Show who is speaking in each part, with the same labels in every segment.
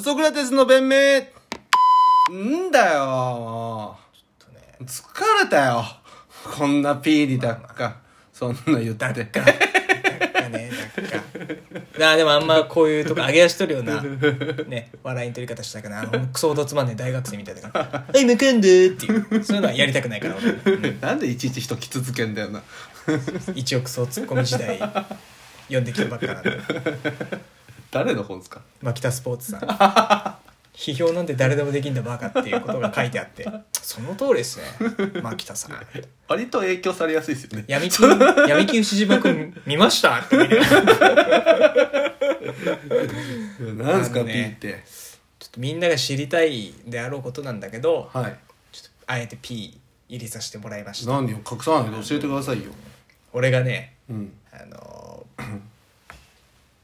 Speaker 1: ソクラテスの弁明んだよも
Speaker 2: とね
Speaker 1: う疲れたよこんなピーリだっかそんな言ってて
Speaker 2: だねなんかなあでもあんまこういうとこ上げ足取るようなね笑いの取り方したくないあのクソほどつまんねえ大学生みたいな「はいむくんで」っていうそういうのはやりたくないから俺
Speaker 1: なんでいちいち人き続けんだよな
Speaker 2: 一億総ツッコミ時代読んできたばっかなんで
Speaker 1: 誰の本ですか
Speaker 2: 牧田スポーツさん批評なんて誰でもできんだバカっていうことが書いてあってその通りですね牧田さん
Speaker 1: 割と影響されやすいですよね
Speaker 2: 闇金闇金牛島君見ましたって見てちょっ
Speaker 1: なんです
Speaker 2: あ
Speaker 1: か、
Speaker 2: の
Speaker 1: ピ
Speaker 2: ね
Speaker 1: ーって
Speaker 2: とみんなが知りたいであろうことなんだけど
Speaker 1: はい
Speaker 2: ちょっとあえて P 入れさせてもらいました
Speaker 1: 何を隠さないで教えてくださいよ
Speaker 2: 俺がね
Speaker 1: うん
Speaker 2: あのー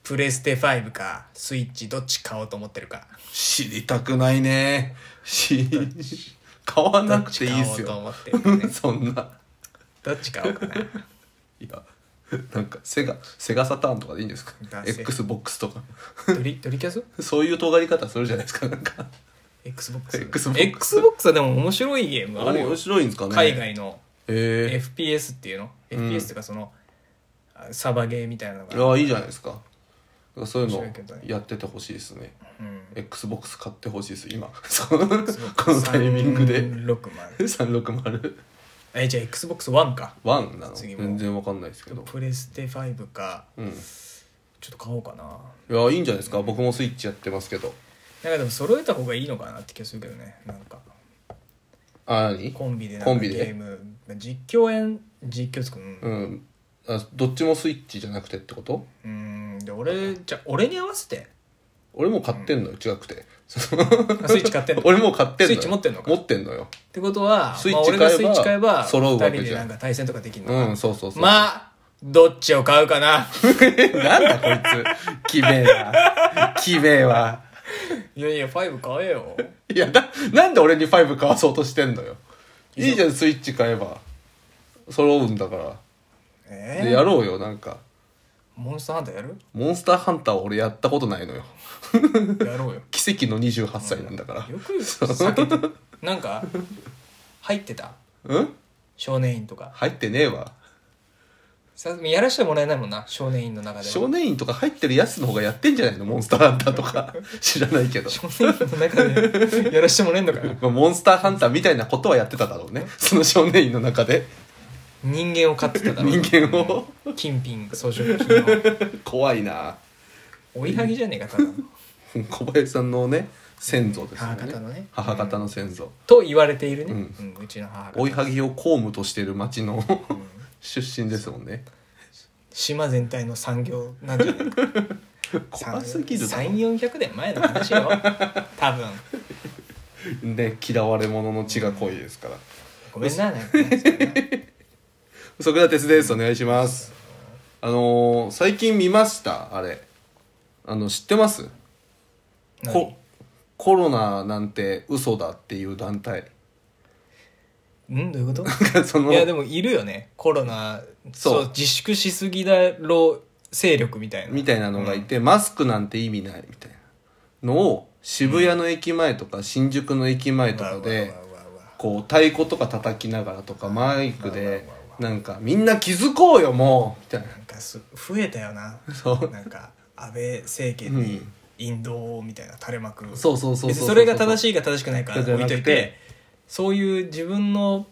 Speaker 2: プレステ5かスイッチどっち買おうと思ってるか
Speaker 1: 知りたくないねし買わ
Speaker 2: ど
Speaker 1: な
Speaker 2: っ
Speaker 1: くて
Speaker 2: ち
Speaker 1: い
Speaker 2: 買
Speaker 1: いっ
Speaker 2: お
Speaker 1: す
Speaker 2: うと
Speaker 1: よ
Speaker 2: 思ってるかね
Speaker 1: そんな
Speaker 2: どっち買おう かない
Speaker 1: やなんかセガセガサターンとかでいいんですか
Speaker 2: だせ
Speaker 1: XBOX とか
Speaker 2: ドリドリキャス
Speaker 1: そういう尖り方するじゃないですかなんか
Speaker 2: XBOX
Speaker 1: Xbox
Speaker 2: XBOX はでも面白いゲームあるよ
Speaker 1: 面白いんですかね
Speaker 2: 海外の
Speaker 1: え
Speaker 2: FPS っていうの、
Speaker 1: ん
Speaker 2: FPS っていうかそのあサバゲーみたいなの
Speaker 1: えー、
Speaker 2: が
Speaker 1: ああいいじゃないですかそういうの
Speaker 2: 面白いけどね
Speaker 1: やっててほしいですね
Speaker 2: うん
Speaker 1: XBOX 買ってほしいです 今そのこのタイミングで
Speaker 2: 6もある
Speaker 1: 360
Speaker 2: えじゃあ XBOX1 か
Speaker 1: ワンなの
Speaker 2: 次も
Speaker 1: 全然わかんないですけど
Speaker 2: プレステ5か
Speaker 1: うん
Speaker 2: ちょっと買おうかない
Speaker 1: やいいんじゃないですか僕もスイッチやってますけど
Speaker 2: なんかでも揃えた方がいいのかなって気がするけどねなんか
Speaker 1: あ何
Speaker 2: コンビでなん
Speaker 1: コ
Speaker 2: か
Speaker 1: ン
Speaker 2: ゲ
Speaker 1: ビで
Speaker 2: ーム実況演実況つくん
Speaker 1: う
Speaker 2: うん
Speaker 1: あどっちもスイッチじゃなくてってこと
Speaker 2: ーんで俺じゃあ俺に合わせて
Speaker 1: 俺もう買ってんのよ、違くて
Speaker 2: あスイッチ買ってんのっ
Speaker 1: 俺もう買ってんのよ
Speaker 2: スイッチ持ってんのか
Speaker 1: 持ってんのよ
Speaker 2: てことは
Speaker 1: スイッチ
Speaker 2: まあ、俺
Speaker 1: 買え
Speaker 2: が
Speaker 1: ば
Speaker 2: スイッチ買えば
Speaker 1: 揃うわ
Speaker 2: 2
Speaker 1: け
Speaker 2: 人
Speaker 1: じ
Speaker 2: で
Speaker 1: ゃ
Speaker 2: なんんか対戦とかできるのか
Speaker 1: うんそうそうそう
Speaker 2: まあどっちを買うかな
Speaker 1: なんだこいつきめえなきめえわ
Speaker 2: いやいや5買えよ
Speaker 1: いやだなんで俺に5買わそうとしてんのよいいじゃんスイッチ買えば揃うんだから、
Speaker 2: え
Speaker 1: で
Speaker 2: ー、
Speaker 1: やろうよなんか
Speaker 2: モンスターハンターやる
Speaker 1: モンスターハンターは俺やったことないのよ
Speaker 2: やろうよ
Speaker 1: 奇跡の28歳なんだから
Speaker 2: よく避けてなんか入ってた
Speaker 1: うん
Speaker 2: 少年院とか
Speaker 1: 入ってねえわ
Speaker 2: さやらしてもらえないもんな少年院の中では
Speaker 1: 少年院とか入ってるやつの方がやってんじゃないのモンスターハンターと か知らないけど
Speaker 2: 少年院の中でやらしてもらえんのかな
Speaker 1: まあモンスターハンターみたいなことはやってただろうねその少年院の中で
Speaker 2: 人間を飼ってただろ
Speaker 1: 人間を
Speaker 2: 金品装飾品を
Speaker 1: 怖いな
Speaker 2: 追いはぎじゃねえかただの
Speaker 1: 小林さんのね先祖ですよね
Speaker 2: 母方のね
Speaker 1: 母方の先祖、
Speaker 2: と言われているね、
Speaker 1: う
Speaker 2: うんんうちの母
Speaker 1: 追
Speaker 2: が
Speaker 1: いはぎを公務としてる町の出身ですもんね
Speaker 2: 島全体の産業なんじ ゃないか
Speaker 1: 怖すぎるだろ
Speaker 2: 3400年前の 話よ多分
Speaker 1: ね嫌われ者の血が濃いですから
Speaker 2: ごめんななん かねそれな
Speaker 1: ソクラテスですお願いしますあのー最近見ましたあれあの知ってますこコロナなんて嘘だっていう団体
Speaker 2: 何うんどういうこと
Speaker 1: その
Speaker 2: いやでもいるよねコロナ
Speaker 1: そ
Speaker 2: そうう自粛しすぎだろう勢力みたいな
Speaker 1: みたいなのがいて、マスクなんて意味ないみたいなのを渋谷の駅前とか新宿の駅前とかで、
Speaker 2: うわうわうわうわ
Speaker 1: こう太鼓とか叩きながらとかマイクでなんかみんな気づこうよもうみたい
Speaker 2: なんかす増えたよな
Speaker 1: そう
Speaker 2: なんか安倍政権
Speaker 1: う
Speaker 2: に
Speaker 1: ん
Speaker 2: インドみたいな垂れ幕
Speaker 1: そうそうそうそう
Speaker 2: 別にそれが正しいか正しくないか
Speaker 1: そう
Speaker 2: 置
Speaker 1: じゃなく
Speaker 2: い
Speaker 1: て
Speaker 2: といてそういう自分の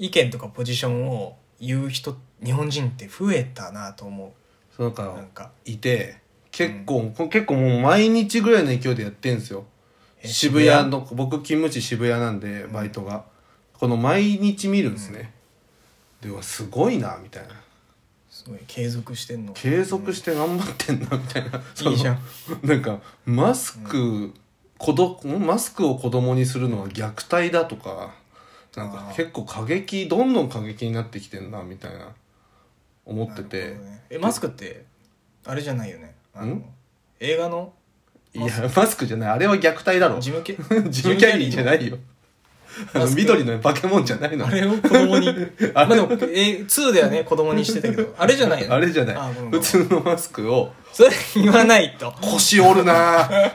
Speaker 2: 意見とかポジションを言う人日本人って増えたなと思
Speaker 1: ななんか
Speaker 2: うなんか
Speaker 1: いて結構、こ結構もう毎日ぐらいの勢いでやってんですよ
Speaker 2: え
Speaker 1: 渋谷の僕勤務地渋谷なんでバイトが、この毎日見るんですね、ではすごいなみたいな
Speaker 2: すごい継続してんの
Speaker 1: 継続して頑張ってんなみたいな、その
Speaker 2: いいじゃん
Speaker 1: なんかマスク、子どマスクを子供にするのは虐待だとかなん
Speaker 2: あ
Speaker 1: か
Speaker 2: ー
Speaker 1: 結構過激どんどん過激になってきてんなみたいな思って
Speaker 2: な
Speaker 1: て
Speaker 2: る、ほどねえマスクってあれじゃないよねあの
Speaker 1: ん
Speaker 2: 映画の
Speaker 1: いやマスクじゃないあれは虐待だろ
Speaker 2: 事
Speaker 1: ジ
Speaker 2: 務系
Speaker 1: ムキャリーじゃないいよあの
Speaker 2: マスク
Speaker 1: 緑のバケモンじゃないの
Speaker 2: あれを子 供にまあでもえ2ではね子供にしてたけどあれじゃないよね
Speaker 1: あれじゃない
Speaker 2: あごめんごめ
Speaker 1: 普
Speaker 2: ん
Speaker 1: 通のマスクを
Speaker 2: それ言わないと
Speaker 1: 腰折るなぁ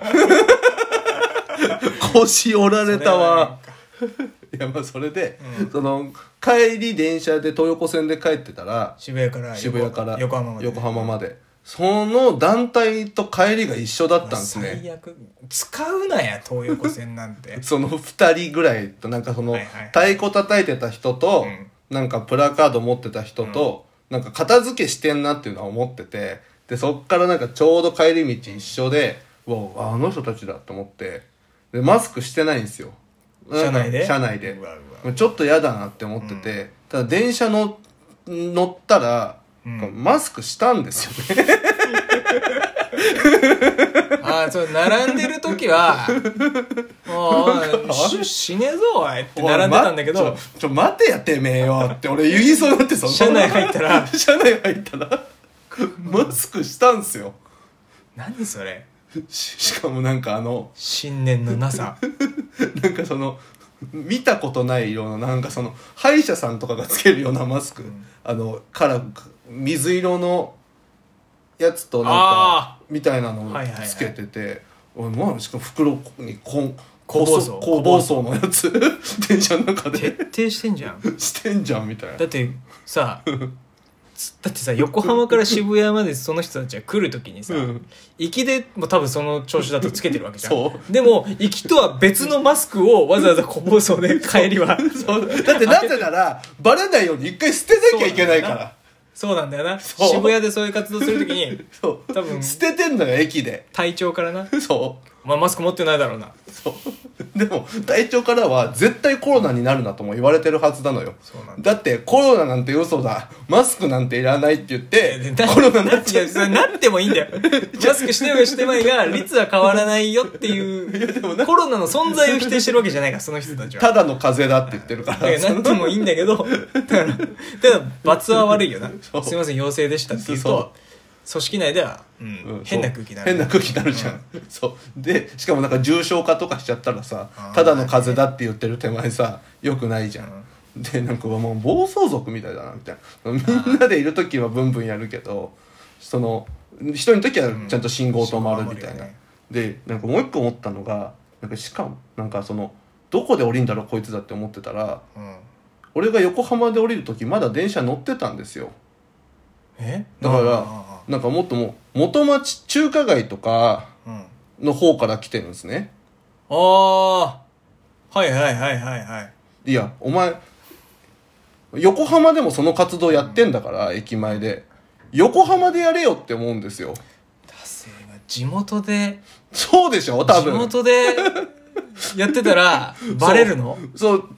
Speaker 1: 腰折られたわ
Speaker 2: それはなんか
Speaker 1: いやまあそれで、その帰り電車で東横線で帰ってたら
Speaker 2: 渋谷から
Speaker 1: 渋谷から
Speaker 2: 横浜まで
Speaker 1: 横浜までその団体と帰りが一緒だったんですね
Speaker 2: 最悪使うなや東横線なんて
Speaker 1: その2人ぐらいとなんかその
Speaker 2: はいはい
Speaker 1: 太鼓叩いてた人と、
Speaker 2: うん
Speaker 1: なんかプラカード持ってた人と、なんか片付けしてんなっていうのは思っててでそっからなんかちょうど帰り道一緒でうわあの人たちだと思ってでマスクしてないんですよ
Speaker 2: 車内で
Speaker 1: 車内で
Speaker 2: うわうわ
Speaker 1: ちょっと嫌だなって思ってて、ただ電車の乗ったら、
Speaker 2: うん
Speaker 1: マスクしたんですよね
Speaker 2: ああそう並んでる時は 「もうし死ねぞおい」って並んでたんだけ
Speaker 1: おい
Speaker 2: ど
Speaker 1: まちょちょ待てやてめえよって俺言いそうになってその
Speaker 2: 車内入ったら
Speaker 1: 車内入ったらマスクしたんすよ
Speaker 2: 「何それ
Speaker 1: ししかもなんかあの
Speaker 2: 新年のなさ
Speaker 1: なんかその見たことないようななんかその歯医者さんとかがつけるようなマスク、あのから水色のやつとなんか
Speaker 2: あ
Speaker 1: みたいなのを
Speaker 2: はいはいはい
Speaker 1: つけてて、おいまあしかも袋にこん
Speaker 2: 小包装
Speaker 1: 小包装のやつ電車の中
Speaker 2: 徹
Speaker 1: で
Speaker 2: 底してんじゃん
Speaker 1: してんじゃんみたいな
Speaker 2: だってさつ だってさ横浜から渋谷までその人たちが来る時にさ、
Speaker 1: うん
Speaker 2: 行きでもう多分その調子だとつけてるわけじゃ
Speaker 1: そ
Speaker 2: んでも行きとは別のマスクをわざわざ小包装で帰りは
Speaker 1: そうだってなぜならバレないように一回捨てなきゃいけないから
Speaker 2: そうなんだよな
Speaker 1: そう
Speaker 2: 渋谷でそういう活動する時に
Speaker 1: そう
Speaker 2: 多分
Speaker 1: 捨ててんのよ駅で
Speaker 2: 体調からな、
Speaker 1: そ
Speaker 2: まあ、マスク持ってないだろうな
Speaker 1: うそうでも隊長からは絶対コロナになるなとも言われてるはずなのよ
Speaker 2: そうなん
Speaker 1: だってコロナなんて嘘だマスクなんていらないって言って
Speaker 2: な
Speaker 1: コロナになっちゃう
Speaker 2: いやそれなってもいいんだよマスクしてようがしてまいが率は変わらないよっていうコロナの存在を否定してるわけじゃないからその人たちは
Speaker 1: ただの風邪だって言ってるか
Speaker 2: だかららなんともいいんだけど、だから、ただ罰は悪いよな
Speaker 1: そう。
Speaker 2: すいません、陽性でしたって言うと、組織内では、うん
Speaker 1: うん
Speaker 2: 変な空気になる。
Speaker 1: 変な空気になるじゃん、そうでしかもなんか重症化とかしちゃったらさただの風邪だって言ってる手前さよくないじゃん、でなんかもう暴走族みたいだなみたいなみんなでいる時はブンブンやるけどその一人の時はちゃんと信号止まるみたいな、
Speaker 2: うん
Speaker 1: でなんかもう一個思ったのがなんかしかもなんかそのどこで降りんだろうこいつだって思ってたら
Speaker 2: うん
Speaker 1: 俺が横浜で降りる時まだ電車乗ってたんですよ
Speaker 2: え
Speaker 1: だから
Speaker 2: あ
Speaker 1: なんかもっともう元町中華街とか
Speaker 2: あ、うん。あ
Speaker 1: の方から来てるんですね
Speaker 2: あー、はいはいはいはいはい。
Speaker 1: いやお前横浜でもその活動やってんだから、駅前で横浜でやれよって思うんですよ
Speaker 2: だせえな地元で、
Speaker 1: そうでしょ多
Speaker 2: 地
Speaker 1: 分
Speaker 2: 元でやって たら、バレるの
Speaker 1: そう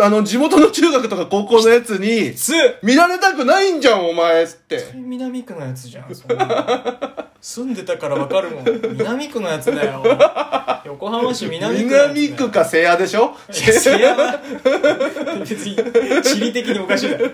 Speaker 1: あの地元の中学とか高校のやつに
Speaker 2: す
Speaker 1: 見られたくないんじゃんお前っつって
Speaker 2: 南区のやつじゃんそんなの住んでたからわかるもん南区のやつだよ横浜市南区のやつだよ
Speaker 1: 南区か瀬谷でしょ
Speaker 2: いやそれは別に地理的におかしいだろ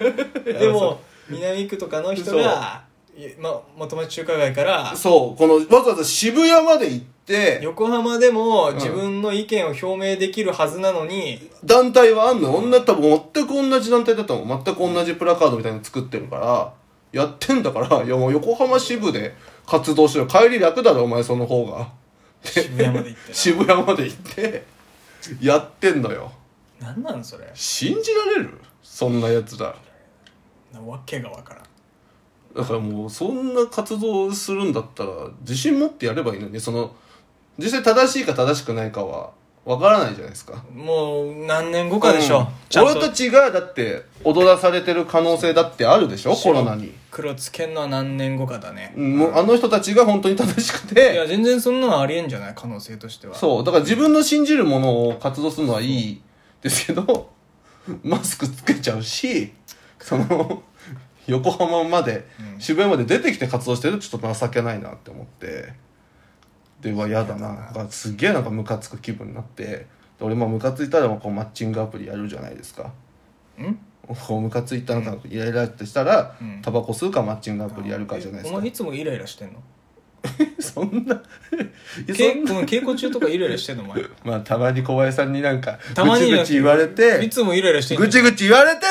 Speaker 2: でも南区とかの人がいやま元町中華街から
Speaker 1: そうこのわざわざ渋谷まで行って
Speaker 2: 横浜でも自分の意見を表明できるはずなのに、
Speaker 1: 団体はあんの女多分全く同じ団体だと思う全く同じプラカードみたいなの作ってるからやってんだからいやもう横浜支部で活動しろよ帰り楽だろお前その方が
Speaker 2: 渋谷まで行って
Speaker 1: 渋谷まで行ってやってんのよ
Speaker 2: な何なんそれ
Speaker 1: 信じられるそんなやつだ
Speaker 2: なわけがわからん
Speaker 1: だからもうそんな活動するんだったら自信持ってやればいいのにその実際正しいか正しくないかはわからないじゃないですか
Speaker 2: もう何年後かでしょ、
Speaker 1: うん
Speaker 2: ちゃん
Speaker 1: 俺
Speaker 2: と
Speaker 1: たちがだって踊らされてる可能性だってあるでしょコロナに
Speaker 2: 黒つけんのは何年後かだね、
Speaker 1: うんもうあの人たちが本当に正しく
Speaker 2: いや
Speaker 1: て
Speaker 2: 全然そんなのありえんじゃない可能性としては
Speaker 1: そうだから自分の信じるものを活動するのはいいですけど マスクつけちゃうしその 横浜まで、
Speaker 2: うん
Speaker 1: 渋谷まで出てきて活動してるちょっと情けないなって思ってでうわ嫌だななんかすげえなんかムカつく気分になってで俺まあムカついたらこうマッチングアプリやるじゃないですか。
Speaker 2: ん
Speaker 1: こうムカついたのかイライラってしたら、
Speaker 2: うん
Speaker 1: タバコ吸うかマッチングアプリやるかじゃないです
Speaker 2: お
Speaker 1: か
Speaker 2: 前いつもイライラしてんの
Speaker 1: そんないやそ
Speaker 2: け
Speaker 1: ん
Speaker 2: ごめん稽古中とかイライラしてんの お前
Speaker 1: まあたまに小林さんになんか
Speaker 2: たまに
Speaker 1: ぐちぐち言われて
Speaker 2: いつもイライラしてんじゃ
Speaker 1: ぐち
Speaker 2: ん
Speaker 1: ぐち言われてね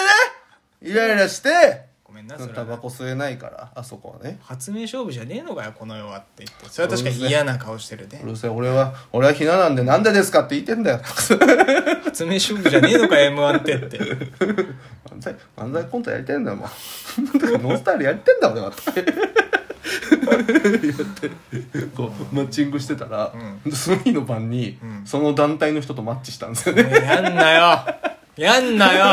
Speaker 1: イライラして
Speaker 2: ごめんなそれ
Speaker 1: タ
Speaker 2: は
Speaker 1: バコ吸えないからあそこはね
Speaker 2: 発明勝負じゃねえのかよこの世はって言ってそれは確かに嫌な顔してるね
Speaker 1: うるせえ俺は俺はひななんでなんでですかって言ってんだよ
Speaker 2: 発明勝負じゃねえのか m 1ってって
Speaker 1: 漫才漫才コントやりてんだよもうだから ノンスタイルやりてんだ俺 はやってこうマッチングしてたら、その日の晩に、その団体の人とマッチしたんですよね
Speaker 2: もうやんなよやんなよ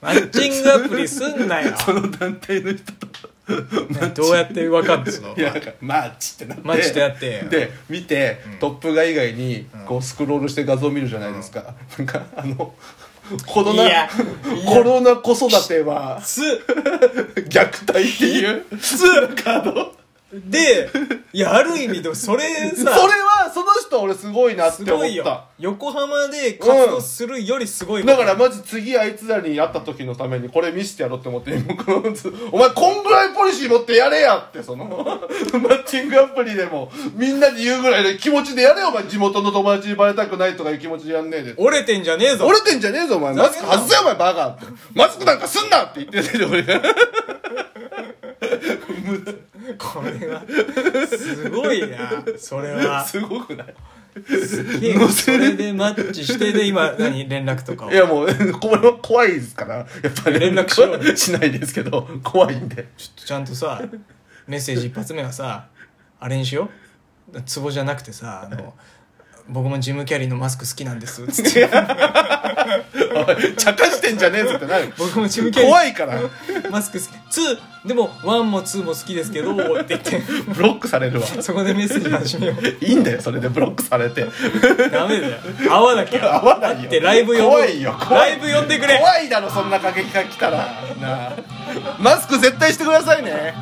Speaker 2: マッチングアプリすんなよ
Speaker 1: その団体の人と
Speaker 2: どうやって分かんですの
Speaker 1: いやなんかマッチってなって
Speaker 2: マッチってなって
Speaker 1: で見て、トップ画以外にこうスクロールして画像見るじゃないですか、なんかあのコロ
Speaker 2: い
Speaker 1: ナ
Speaker 2: や
Speaker 1: コロナ子育ては
Speaker 2: つ
Speaker 1: 虐待っていうカード
Speaker 2: でいやある意味でもそれ
Speaker 1: それ
Speaker 2: さ
Speaker 1: はその人俺すごいなっ
Speaker 2: す
Speaker 1: て思
Speaker 2: ご
Speaker 1: っ
Speaker 2: いよ
Speaker 1: た
Speaker 2: 横浜で活動するよりすごいこと
Speaker 1: だからマジ次あいつらに会った時のためにこれ見せてやろうって思って今このつお前こんぐらいポリシー持ってやれやってその マッチングアプリでもみんなに言うぐらいの気持ちでやれよお前地元の友達にバレたくないとかいう気持ちでやんねえで
Speaker 2: 折れてんじゃねえ ぞ
Speaker 1: 折れてんじゃねえぞお前マスク外せよお前バカってマスクなんかすんなって言ってて俺が
Speaker 2: これはすごいなそれは
Speaker 1: すごくない
Speaker 2: それでマッチしてで今何連絡とかを
Speaker 1: いやもう これは怖いですからやっぱり
Speaker 2: 連絡しろよ
Speaker 1: しないですけど怖いん で
Speaker 2: ちょっとちゃんとさメッセージ一発目はさあれにしようツボじゃなくてさあの僕もジム・キャリーのマスク好きなんですつって
Speaker 1: おい茶化してんじゃねえぞってなる
Speaker 2: 僕もジム・キャリ
Speaker 1: 怖いから
Speaker 2: ーマスク好きツーでも1も2も好きですけどって言って
Speaker 1: ブロックされるわ
Speaker 2: そこでメッセージ始めよう
Speaker 1: いいんだよそれでブロックされて
Speaker 2: ダメだよ会わなきゃ
Speaker 1: 合わないよ
Speaker 2: ってライブ呼ぶ
Speaker 1: 怖いよ怖い
Speaker 2: ライブ呼んでくれ
Speaker 1: 怖いだろそんな過激が来たらなあ マスク絶対してくださいね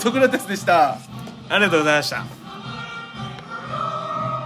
Speaker 1: ソクラテスでした
Speaker 2: ありがとうございました